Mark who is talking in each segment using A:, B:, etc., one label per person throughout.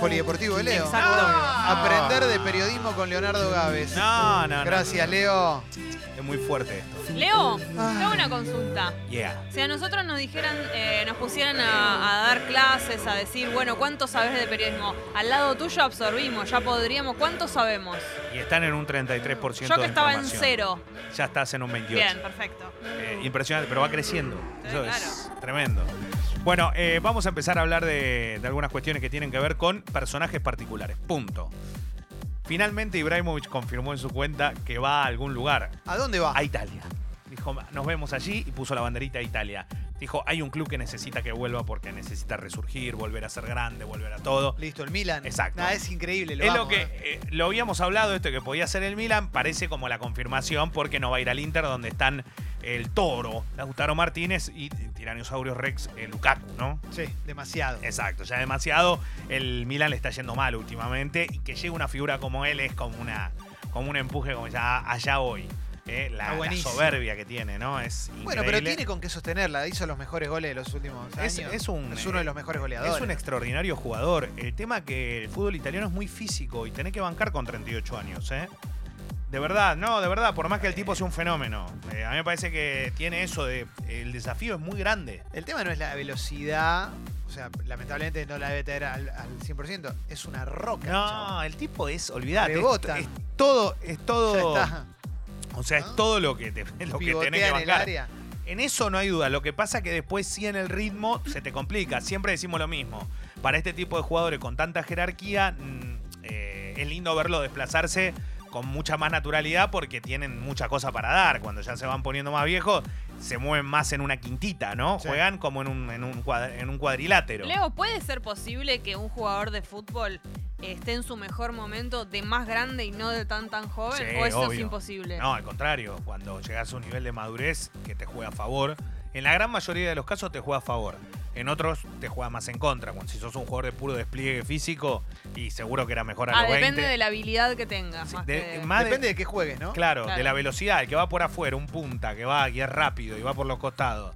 A: Polideportivo de Leo. Ah.
B: Exacto.
A: Aprender de periodismo con Leonardo Gávez.
C: Ah. No, no, no.
A: Gracias, Leo.
C: Es muy fuerte esto.
B: Leo, tengo una consulta.
C: Yeah.
B: Si a nosotros nos dijeran, eh, nos pusieran a, a dar clases, a decir, bueno, ¿cuánto sabes de periodismo? Al lado tuyo absorbimos, ya podríamos, ¿cuánto sabemos?
C: Y están en un 33%
B: Yo
C: de
B: que estaba en
C: información.
B: cero.
C: Ya estás en un 28.
B: Bien, Eh, perfecto.
C: Eh, impresionante, pero va creciendo.
B: Sí,
C: Eso es tremendo. Bueno, eh, vamos a empezar a hablar de, de algunas cuestiones que tienen que ver con personajes particulares. Punto. Finalmente Ibrahimovic confirmó en su cuenta que va a algún lugar,
A: ¿A dónde va?
C: a Italia. Dijo, nos vemos allí y puso la banderita de Italia. Dijo, hay un club que necesita que vuelva porque necesita resurgir, volver a ser grande, volver a todo.
A: Listo, el Milan.
C: Exacto.
A: Nah, es increíble. Lo
C: es
A: amo,
C: lo que
A: eh.
C: eh, lo habíamos hablado, esto que podía ser el Milan, parece como la confirmación porque no va a ir al Inter donde están el Toro, Lautaro Martínez y Tiranosaurio Rex eh, Lukaku, ¿no?
A: Sí, demasiado.
C: Exacto, ya demasiado. El Milan le está yendo mal últimamente y que llegue una figura como él es como una como un empuje como ya allá hoy. eh,
A: Está
C: la, la
A: buenísimo.
C: soberbia que tiene, ¿no? Es
A: Bueno, pero
C: increíble.
A: tiene con qué sostenerla. Hizo los mejores goles de los últimos
C: Es-
A: años.
C: es un- eh,
A: uno de los mejores goleadores.
C: Es un extraordinario jugador. El tema que el fútbol italiano es muy físico y tenés que bancar con 38 años, ¿eh? De verdad, no, de verdad, por más que el tipo sea un fenómeno. Eh, a mí me parece que tiene eso de. El desafío es muy grande.
A: El tema no es la velocidad. O sea, lamentablemente no la debe tener al, al 100%. Es una roca.
C: No,
A: chabón.
C: el tipo es, olvidate. es-
A: Rebotan.
C: Es, todo, es todo.
A: Ya está.
C: O sea,
A: ¿No?
C: es todo lo que, te, lo que
A: Pivotea
C: tenés que
A: en el
C: bancar.
A: área.
C: En eso no hay duda. Lo que pasa que después sí en el ritmo se te complica. Siempre decimos lo mismo. Para este tipo de jugadores con tanta jerarquía, mm, eh, es lindo verlo desplazarse con mucha más naturalidad porque tienen mucha cosa para dar. Cuando ya se van poniendo más viejos, se mueven más en una quintita, ¿no?
A: Sí.
C: Juegan como en un, en un cuadr- en un cuadrilátero.
B: Leo, ¿puede ser posible que un jugador de fútbol eh, esté en su mejor momento de más grande y no de tan tan joven?
C: Sí,
B: ¿O eso es
C: obvio.
B: imposible?
C: No, al contrario, cuando llegas a un nivel de madurez que te juega a favor, en la gran mayoría de los casos te juega a favor. En otros te juega más en contra. Cuando si sos un jugador de puro despliegue físico y seguro que era mejor a
B: Ah,
C: los
B: depende
C: 20.
B: de la habilidad que tenga.
C: Sí,
B: más
C: de-
B: que-
C: más de-
A: Depende de qué juegues, ¿no?
C: claro,
B: Claro.
C: de la velocidad, el que va por afuera, un punta, que va aquí es rápido y va por los costados.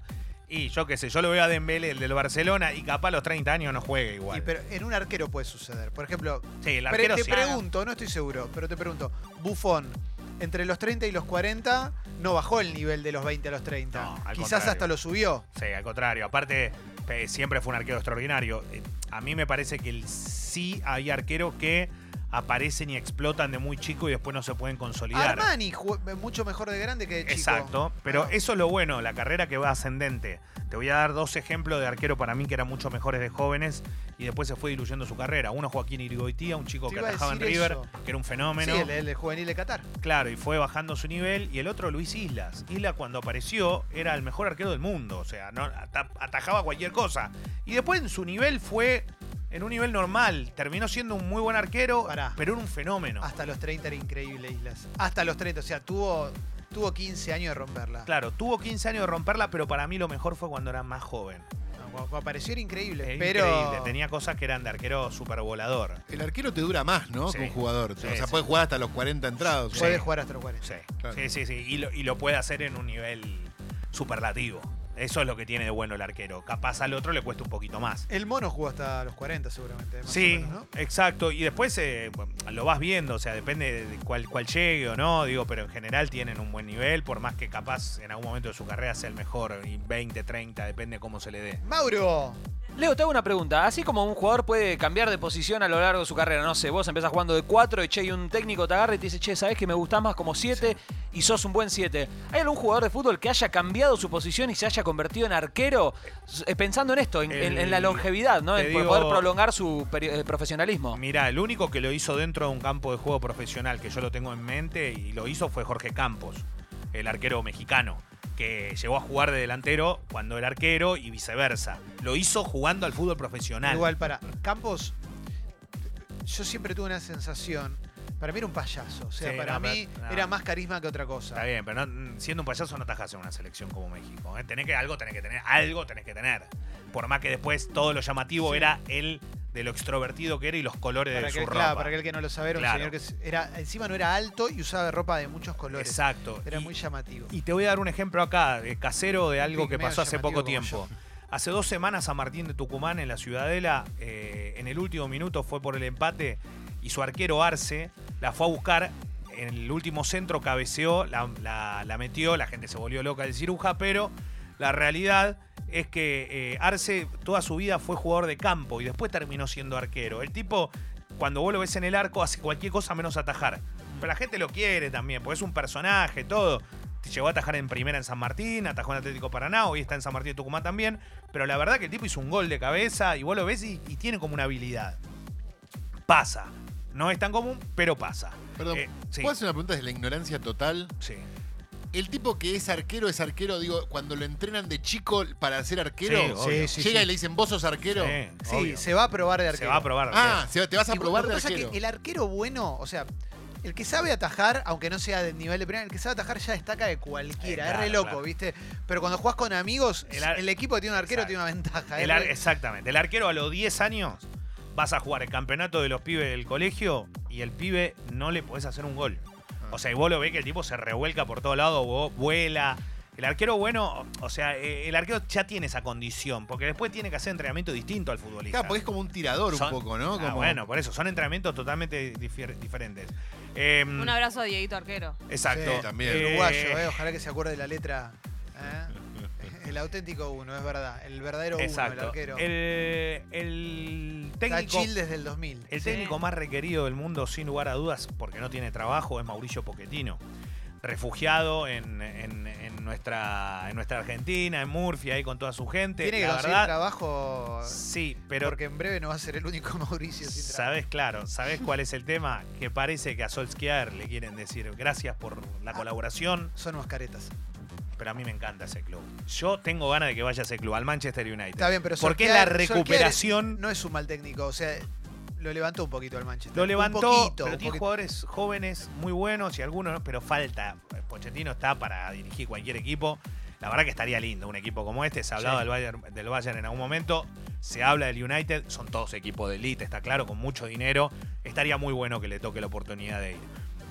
C: Y yo qué sé, yo lo veo a Dembélé, el del Barcelona, y capaz a los 30 años no juegue igual.
A: Y pero en un arquero puede suceder. Por ejemplo,
C: sí, el
A: pre-
C: arquero
A: te
C: sí. ah,
A: pregunto, no estoy seguro, pero te pregunto, Bufón, entre los 30 y los 40 no bajó el nivel de los 20 a los 30.
C: No, al
A: Quizás
C: contrario.
A: hasta lo subió.
C: Sí, al contrario. Aparte, eh, siempre fue un arquero extraordinario. Eh, A mí me parece que el- sí hay arqueros que aparecen y explotan de muy chico y después no se pueden consolidar.
A: Armani jugó- mucho mejor de grande que de chico.
C: Exacto, pero
A: Ah.
C: eso es lo bueno, la carrera que va ascendente. Te voy a dar dos ejemplos de arquero para mí que eran mucho mejores de jóvenes y después se fue diluyendo su carrera. Uno Joaquín Irigoitía, un chico
A: Te
C: que
A: iba a
C: atajaba en
A: decir
C: River,
A: eso.
C: que era un fenómeno.
A: Sí, el, el juvenil de Qatar.
C: Claro, y fue bajando su nivel. Y el otro, Luis Islas. Islas, cuando apareció, era el mejor arquero del mundo. O sea, no ata- atajaba cualquier cosa. Y después en su nivel fue en un nivel normal. Terminó siendo un muy buen arquero,
A: Pará. Ah.
C: pero era un fenómeno.
A: Hasta los 30 era increíble, Islas. Hasta los 30, o sea, tuvo, tuvo 15 años de romperla.
C: Claro, tuvo 15 años de romperla, pero para mí lo mejor fue cuando era más joven.
A: No, cuando- cuando apareció era increíble,
C: Es
A: pero...
C: increíble. Tenía cosas que eran de arquero supervolador.
D: El arquero te dura más, ¿no?
C: Sí.
D: Que un jugador.
C: Sí,
D: o sea,
C: sí.
D: puedes jugar hasta los 40 entrados.
A: Puede
C: Sí.
A: jugar hasta los 40.
C: Sí,
D: Claro.
C: sí, sí, sí. Y, lo, y lo puede hacer en un nivel superlativo. Eso es lo que tiene de bueno el arquero. Capaz al otro le cuesta un poquito más.
A: El mono jugó hasta los 40 seguramente. más
C: Sí,
A: o menos, ¿no?
C: exacto. Y después eh, bueno, lo vas viendo, o sea, depende de cuál, cuál llegue o no, digo, pero en general tienen un buen nivel, por más que capaz en algún momento de su carrera sea el mejor, y 20, 30, depende cómo se le dé.
A: Mauro,
E: Leo, te hago una pregunta. Así como un jugador puede cambiar de posición a lo largo de su carrera, no sé, vos empezás jugando de 4 y che, y un técnico te agarra y te dice, che, sabés que me gustás más como 7 y sos un buen 7. ¿Hay algún jugador de fútbol que haya cambiado su posición y se haya convertido en arquero? S- eh, Pensando en esto, en, en- en la
C: El-
E: longevidad, ¿no?
C: te
E: En
C: digo-
E: poder prolongar su peri- eh, profesionalismo.
C: Mira, el único que lo hizo dentro de un campo de juego profesional, que yo lo tengo en mente, y lo hizo fue Jorge Campos, el arquero mexicano, que llegó a jugar de delantero cuando era arquero y viceversa. Lo hizo jugando al fútbol profesional.
A: igual para Campos, yo siempre tuve una sensación, para mí era un payaso, o sea,
C: Sí,
A: para
C: no,
A: mí
C: pero- no.
A: era más carisma que otra
C: Está
A: cosa.
C: bien, pero
A: Mm.
C: no- mm, siendo un payaso no tajás en una selección como México. ¿eh? Tenés que algo, tenés que tener, algo tenés que tener. Por más que después todo lo llamativo era el de lo extrovertido que era y los colores
A: Para
C: de su
A: aquel,
C: ropa.
A: claro, para aquel que no lo sabe, era un
C: Claro.
A: señor que se- era, encima no era alto y usaba ropa de muchos colores.
C: Exacto.
A: Era
C: y,
A: muy llamativo.
C: y te voy a dar un ejemplo acá, de casero de algo que
A: Pigmeo
C: pasó hace
A: llamativo
C: poco
A: como
C: tiempo. Hace dos semanas a Martín de Tucumán en la Ciudadela, eh, en el último minuto fue por el empate y su arquero Arce la fue a buscar. En el último centro cabeceó, la, la- la metió, la gente se volvió loca del ciruja, pero la realidad es que eh, Arce toda su vida fue jugador de campo y después terminó siendo arquero. El tipo, cuando vos lo ves en el arco, hace cualquier cosa menos atajar. Pero la gente lo quiere también, porque es un personaje, todo. Llegó a atajar en primera en San Martín, atajó en Atlético Paraná, hoy está en San Martín de Tucumán también. Pero la verdad que el tipo hizo un gol de cabeza y vos lo ves y, y tiene como una habilidad. Pasa. No es tan común, pero pasa.
D: Perdón,
C: Eh, sí,
D: ¿puedo hacer una pregunta desde la ignorancia total?
C: sí.
D: El tipo que es arquero es arquero, digo, cuando lo entrenan de chico para ser arquero,
C: Sí, obvio.
A: Sí,
D: llega
A: sí.
D: y le dicen, vos sos arquero.
C: Sí,
A: Sí,
C: obvio.
A: se va a probar de
C: Se
A: arquero.
C: va a probar.
D: Ah, se- te vas a
A: Y
D: probar
A: lo
D: de
A: que pasa es que
D: arquero.
A: el arquero bueno, o sea, el que sabe atajar, aunque no sea del nivel de primera, el que sabe atajar ya destaca de cualquiera.
C: Eh, claro,
A: es re loco,
C: claro.
A: ¿viste? Pero cuando jugás con amigos,
C: El
A: el,
C: ar-
A: equipo que tiene un arquero tiene
C: Exacto.
A: una ventaja.
C: El
A: es
C: ar-
A: re-
C: exactamente. El arquero a los 10 años vas a jugar el campeonato de los pibes del colegio y el pibe no le podés hacer un gol.
D: Ah.
C: O sea, y vos lo ves que el tipo se revuelca por todos lados, vo- vuela. El arquero bueno, o sea, eh, el arquero ya tiene esa condición, porque después tiene que hacer entrenamiento distinto al futbolista.
D: Claro, porque es como un tirador
C: Son-
D: un poco, ¿no?
C: Ah,
D: Como-
C: bueno, por eso, son entrenamientos totalmente difier- diferentes. Eh,
B: Un abrazo a Dieguito Arquero.
C: Exacto.
D: Sí, también.
C: Eh,
A: Uruguayo, eh, ojalá que se acuerde de la letra. ¿eh? El auténtico uno, es verdad. El verdadero uno, el
C: Exacto.
A: arquero.
C: El, el
A: Está
C: técnico.
A: chill desde el 2000.
C: El
B: Sí.
C: técnico más requerido del mundo, sin lugar a dudas, porque no tiene trabajo, es Mauricio Pochettino. Refugiado en, en- en nuestra, en nuestra Argentina, en Murphy, ahí con toda su gente.
A: Tiene que
C: la
A: conseguir
C: verdad,
A: trabajo ¿eh?
C: Sí, pero
A: porque en breve no va a ser el único Mauricio sin trabajo.
C: sabes, claro, sabes cuál es el tema? Que parece que a Solskjaer le quieren decir gracias por la colaboración,
A: Son mascaretas.
C: pero a mí me encanta ese club. Yo tengo ganas de que vaya a ese club, al Manchester United.
A: Está bien, pero
C: porque la
A: Solskjaer- Solskjaer
C: recuperación
A: No es un mal técnico, o sea, lo levantó un poquito al Manchester.
C: Lo
A: Un
C: levantó,
A: poquito,
C: pero
A: un
C: tiene
A: poquito.
C: jugadores jóvenes muy buenos y algunos, no, pero falta. eh, Pochettino está para dirigir cualquier equipo. La verdad que estaría lindo un equipo como este. Se ha hablado
E: Sí.
C: del, Bayern, del Bayern en algún momento. Se habla del United. Son todos equipos de elite, está claro, con mucho dinero. Estaría muy bueno que le toque la oportunidad de ir.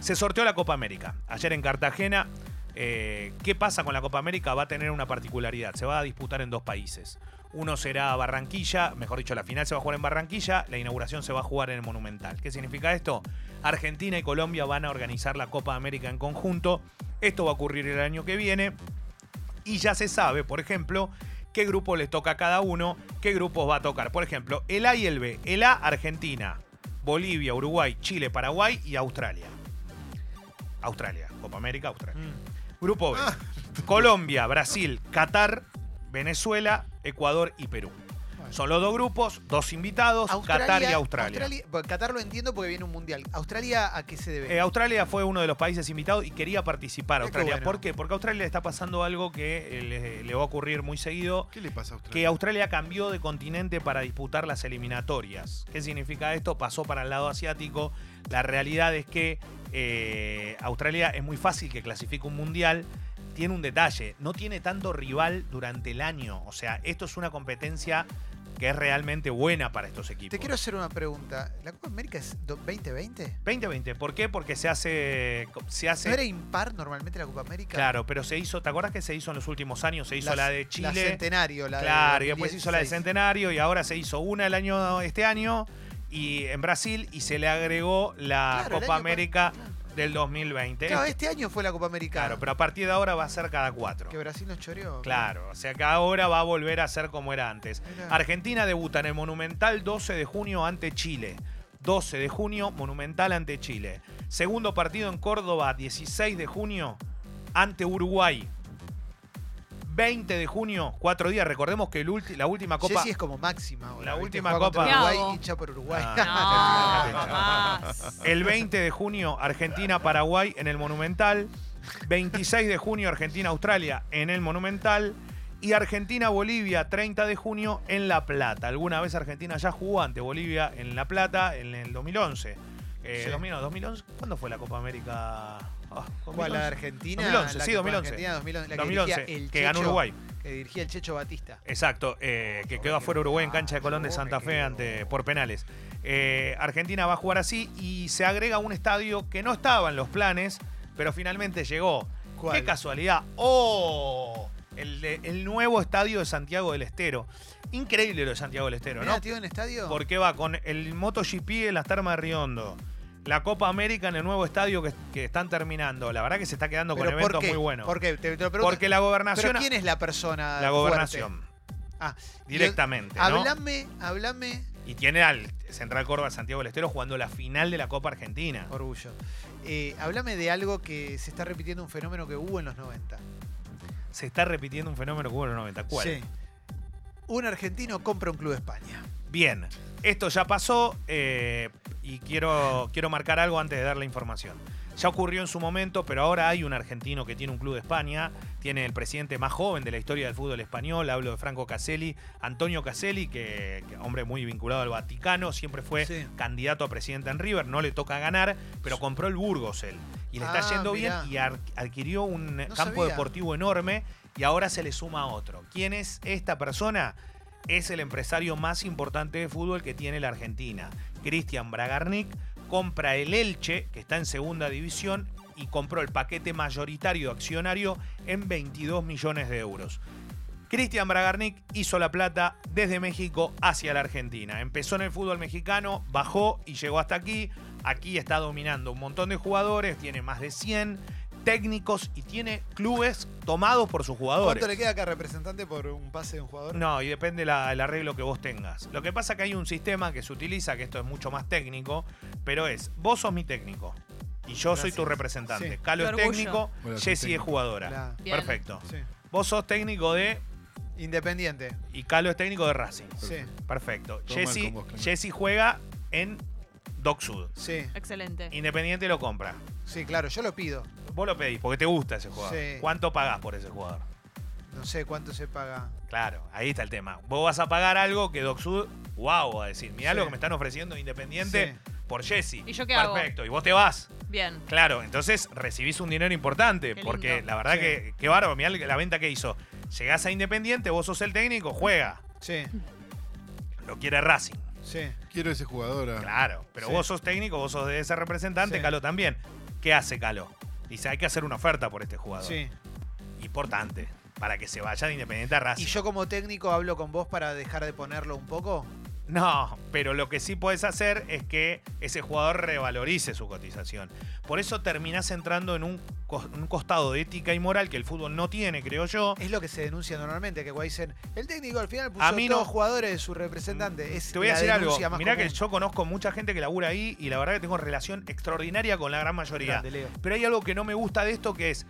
C: Se sorteó la Copa América. Ayer en Cartagena. Eh, ¿Qué pasa con la Copa América? Va a tener una particularidad. Se va a disputar en dos países. Uno será Barranquilla, mejor dicho, la final se va a jugar en Barranquilla, la inauguración se va a jugar en el Monumental. ¿Qué significa esto? Argentina y Colombia van a organizar la Copa América en conjunto. Esto va a ocurrir el año que viene. Y ya se sabe, por ejemplo, qué grupo les toca a cada uno, qué grupos va a tocar. Por ejemplo, el A y el B. El A, Argentina, Bolivia, Uruguay, Chile, Paraguay y Australia. Australia, Copa América, Australia. Grupo B. Colombia, Brasil, Qatar, Venezuela, Ecuador y Perú.
A: Bueno.
C: Son los dos grupos, dos invitados, Qatar y Australia.
A: bueno, Qatar lo entiendo porque viene un mundial. ¿Australia a qué se debe?
C: Eh, Australia fue uno de los países invitados y quería participar
A: Mirá
C: Australia.
A: qué bueno.
C: ¿Por qué? Porque a Australia le está pasando algo que eh, le, le va a ocurrir muy seguido,
D: ¿Qué le pasa a
C: que
D: Australia?
C: Australia cambió de continente para disputar las eliminatorias. ¿Qué significa esto? Pasó para el lado asiático. La realidad es que eh, Australia es muy fácil que clasifique un mundial. Tiene un detalle, no tiene tanto rival durante el año. O sea, esto es una competencia que es realmente buena para estos equipos.
A: Te quiero hacer una pregunta. ¿La Copa América es do- 2020?
C: 2020, ¿por qué? Porque se hace... Se hace
A: ¿No era impar normalmente la Copa América?
C: Claro, pero se hizo, ¿te acordás que se hizo en los últimos años? Se hizo la, de
A: La
C: Chile.
A: Centenario. La de
C: claro, y después se hizo la de
A: 2016.
C: Centenario y ahora se hizo una el año este año y en Brasil y se le agregó la
A: Claro, el
C: Copa
A: año pa-
C: América
A: claro.
C: del 2020.
A: Claro,
C: Esto-
A: este año fue la Copa América.
C: claro, pero a partir de ahora va a ser cada cuatro.
A: Que Brasil nos choreó.
C: Claro, o sea que ahora va a volver a ser como era antes.
A: Mirá.
C: Argentina debuta en el Monumental 12 de junio ante Chile. 12 de junio, Monumental ante Chile. Segundo partido en Córdoba, 16 de junio, ante Uruguay. 20 de junio, cuatro días. Recordemos que el ulti- la última Copa...
A: Jessy es como máxima. ahora,
C: La
A: ¿viste?
C: última
A: Juega contra
C: Copa-
B: Thiago.
A: Uruguay, hincha por Uruguay.
C: Ah,
B: No,
C: Ah,
A: Ah.
B: jamás.
C: El 20 de junio, Argentina-Paraguay en el Monumental. 26 de junio, Argentina-Australia en el Monumental. Y Argentina-Bolivia, 30 de junio en La Plata. Alguna vez Argentina ya jugó ante Bolivia en La Plata en el 2011. Eh,
A: Sí.
C: 2000, no, 2011, ¿Cuándo fue la Copa América? Ah,
A: ¿Cuál? La de
C: 2011.
A: Argentina.
C: 2011,
A: la
C: sí,
A: que-
C: 2011.
A: Argentina 2011, la que
C: 2011,
A: dirigía el
C: que ganó
A: Checho-
C: Uruguay.
A: Que dirigía el Checho Batista.
C: Exacto, eh, que
A: Yo
C: quedó
A: me
C: afuera
A: quedo-
C: Uruguay en cancha de
A: ah,
C: Colón de
A: yo
C: Santa
A: me
C: Fe
A: quedo-
C: ante, por penales. Eh, Argentina va a jugar así y se agrega un estadio que no estaba en los planes, pero finalmente llegó.
A: ¿Cuál?
C: ¡Qué casualidad! ¡Oh! el, de- el nuevo estadio de Santiago del Estero. Increíble lo de Santiago del Estero,
A: Mirá,
C: ¿no?
A: tío, en estadio?
C: Porque va con el MotoGP en las termas de Riondo. La Copa América en el nuevo estadio que, que están terminando. La verdad que se está quedando
A: Pero
C: con
A: ¿por
C: eventos
A: qué?
C: muy buenos.
A: ¿Por qué? Te, te lo pregunto.
C: Porque la gobernación.
A: ¿Pero quién es la persona
C: la gobernación.
A: fuerte? Ah,
C: Directamente.
A: y-
C: ¿no?
A: Hablame, hablame.
C: Y tiene al Central Córdoba Santiago del Estero jugando la final de la Copa Argentina.
A: Orgullo. Eh, hablame de algo que se está repitiendo un fenómeno que hubo en los 90.
C: Se está repitiendo un fenómeno que hubo en los 90. ¿Cuál?
A: Sí. Un argentino compra un club de España.
C: Bien, esto ya pasó eh, y quiero, quiero marcar algo antes de dar la información. Ya ocurrió en su momento, pero ahora hay un argentino que tiene un club de España, tiene el presidente más joven de la historia del fútbol español, hablo de Franco Caselli, Antonio Caselli, que, que hombre muy vinculado al Vaticano, siempre fue
A: Sí.
C: candidato a presidente en River, no le toca ganar, pero compró el Burgos él. Y le está
A: Ah,
C: yendo
A: mirá.
C: bien y ar- adquirió un
A: No
C: campo
A: sabía.
C: deportivo enorme y ahora se le suma otro. ¿Quién es esta persona? Es el empresario más importante de fútbol que tiene la Argentina. Cristian Bragarnik compra el Elche, que está en segunda división, y compró el paquete mayoritario accionario en 22 millones de euros. Cristian Bragarnik hizo la plata desde México hacia la Argentina. Empezó en el fútbol mexicano, bajó y llegó hasta aquí. Aquí está dominando un montón de jugadores, tiene más de 100 técnicos y tiene clubes tomados por sus jugadores.
F: ¿Cuánto le queda acá representante por un pase de un jugador?
C: No, y depende la- el arreglo que vos tengas. Lo que pasa es que hay un sistema que se utiliza, que esto es mucho más técnico, pero es, vos sos mi técnico y yo soy tu representante.
A: Sí.
C: Calo
B: Qué
C: es
B: orgullo.
C: técnico,
D: Bueno,
C: Jessy
D: soy
C: es
D: técnico.
C: jugadora.
A: Claro.
B: Bien.
C: Perfecto.
A: Sí.
C: Vos sos técnico de...
A: Independiente.
C: Y Calo es técnico de Racing.
A: Sí,
C: Perfecto.
D: Todo mal
C: Jesse,
D: con vos, Clemente.
C: Jesse juega en Doc Sud.
A: sí,
B: Excelente.
C: Independiente lo compra.
A: sí, claro, yo lo pido.
C: Vos lo pedís porque te gusta ese jugador.
A: Sí.
C: ¿Cuánto pagás por ese jugador?
A: No sé cuánto se paga.
C: Claro, ahí está el tema. Vos vas a pagar algo que Doc Sud, wow, va a decir. Mirá
A: Sí.
C: lo que me están ofreciendo Independiente por Jesse.
B: ¿Y yo qué hago?
C: Perfecto. Y vos te vas.
B: Bien.
C: Claro, entonces recibís un dinero importante.
B: Qué
C: porque
B: lindo.
C: la verdad
A: Sí.
C: que, qué bárbaro, mirá la venta que hizo. Llegás a Independiente, vos sos el técnico, juega.
A: Sí,
C: Lo quiere Racing.
A: sí.
D: Quiero ese jugador. ah.
C: Claro, pero
A: Sí.
C: vos sos técnico, vos sos de ese representante,
A: Sí.
C: Calo también. ¿Qué hace Calo? Dice, hay que hacer una oferta por este jugador.
A: Sí.
C: Importante, para que se vaya de Independiente a Racing.
A: ¿Y yo como técnico hablo con vos para dejar de ponerlo un poco?
C: No, pero lo que sí podés hacer es que ese jugador revalorice su cotización. Por eso terminás entrando en un, cos- un costado de ética y moral que el fútbol no tiene, creo yo.
A: Es lo que se denuncia normalmente, que cuando dicen, el técnico al final puso
C: A mí no-
A: todos jugadores de su representante. Es
C: Te voy a
A: la
C: decir algo.
A: denuncia más
C: Mirá que
A: común.
C: yo conozco mucha gente que labura ahí y la verdad que tengo relación extraordinaria con la gran mayoría.
A: Grande, Leo.
C: Pero hay algo que no me gusta de esto que es,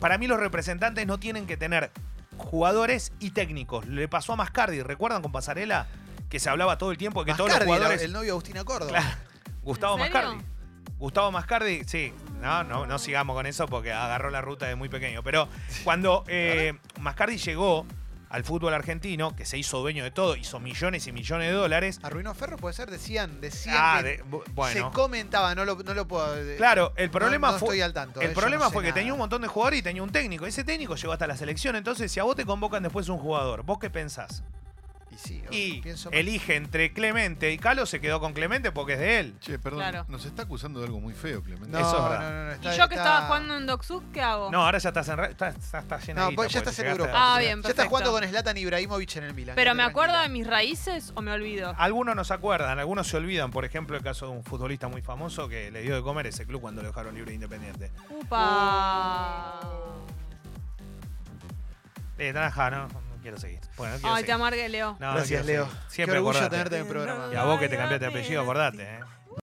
C: para mí los representantes no tienen que tener jugadores y técnicos. Le pasó a Mascardi, ¿recuerdan con Pasarela? Que se hablaba todo el tiempo de que todos los
A: Mascardi,
C: jugadores...
A: el novio de Agustina Córdoba.
C: Claro. Gustavo
B: ¿En serio?
C: Mascardi. Gustavo Mascardi, sí. No, no, no sigamos con eso porque agarró la ruta de muy pequeño. Pero cuando eh, Mascardi llegó al fútbol argentino, que se hizo dueño de todo, hizo millones y millones de dólares.
A: Arruinó Ferro, puede ser, decían, decían
C: Ah,
A: que
C: de- bu- bueno.
A: se comentaba, no lo, no lo puedo. eh,
C: Claro, el
A: no-
C: problema
A: no
C: fue.
A: estoy al tanto, eh,
C: el
A: yo
C: problema
A: no sé
C: fue que
A: nada.
C: tenía un montón de jugadores y tenía un técnico. Ese técnico llegó hasta la selección. Entonces, si a vos te convocan después un jugador, ¿vos qué pensás?
A: Y sí,
C: Y
A: pienso mal.
C: elige entre Clemente y Calo, se quedó con Clemente porque es de él.
D: Che, perdón.
B: Claro.
D: Nos está acusando de algo muy feo, Clemente.
A: No,
C: eso es
A: no,
C: verdad.
A: no, no,
B: ¿Y
A: está-
B: yo que
A: está-
B: estaba jugando en Docsud, qué hago?
C: No, ahora ya estás en. re- Estás, estás, estás llena de
A: No,
C: guita,
A: pues ya
C: porque
A: estás en Europa.
C: llegaste a-
B: Oh. Ah, bien,
A: Ya estás
B: perfecto.
A: jugando con Zlatan Ibrahimovic en el Milan.
B: ¿Pero
A: quédate
B: me acuerdo de
A: tranquila.
B: mis raíces o me olvido?
C: Algunos no se acuerdan, algunos se olvidan. Por ejemplo, el caso de un futbolista muy famoso que le dio de comer ese club cuando lo dejaron libre de independiente.
A: Ah.
B: ¡Upa!
A: Uh.
C: Eh, Tanaja, no, no quiero seguir. Bueno, no quiero
B: Ay, te
C: seguir.
B: amargué, Leo.
C: No, no
A: Gracias,
C: quiero
A: Leo.
C: seguir.
A: Qué
C: Siempre
A: orgullo
C: acordate.
A: tenerte en el programa.
C: Y a vos que te cambiaste de apellido, acordate. ¿eh?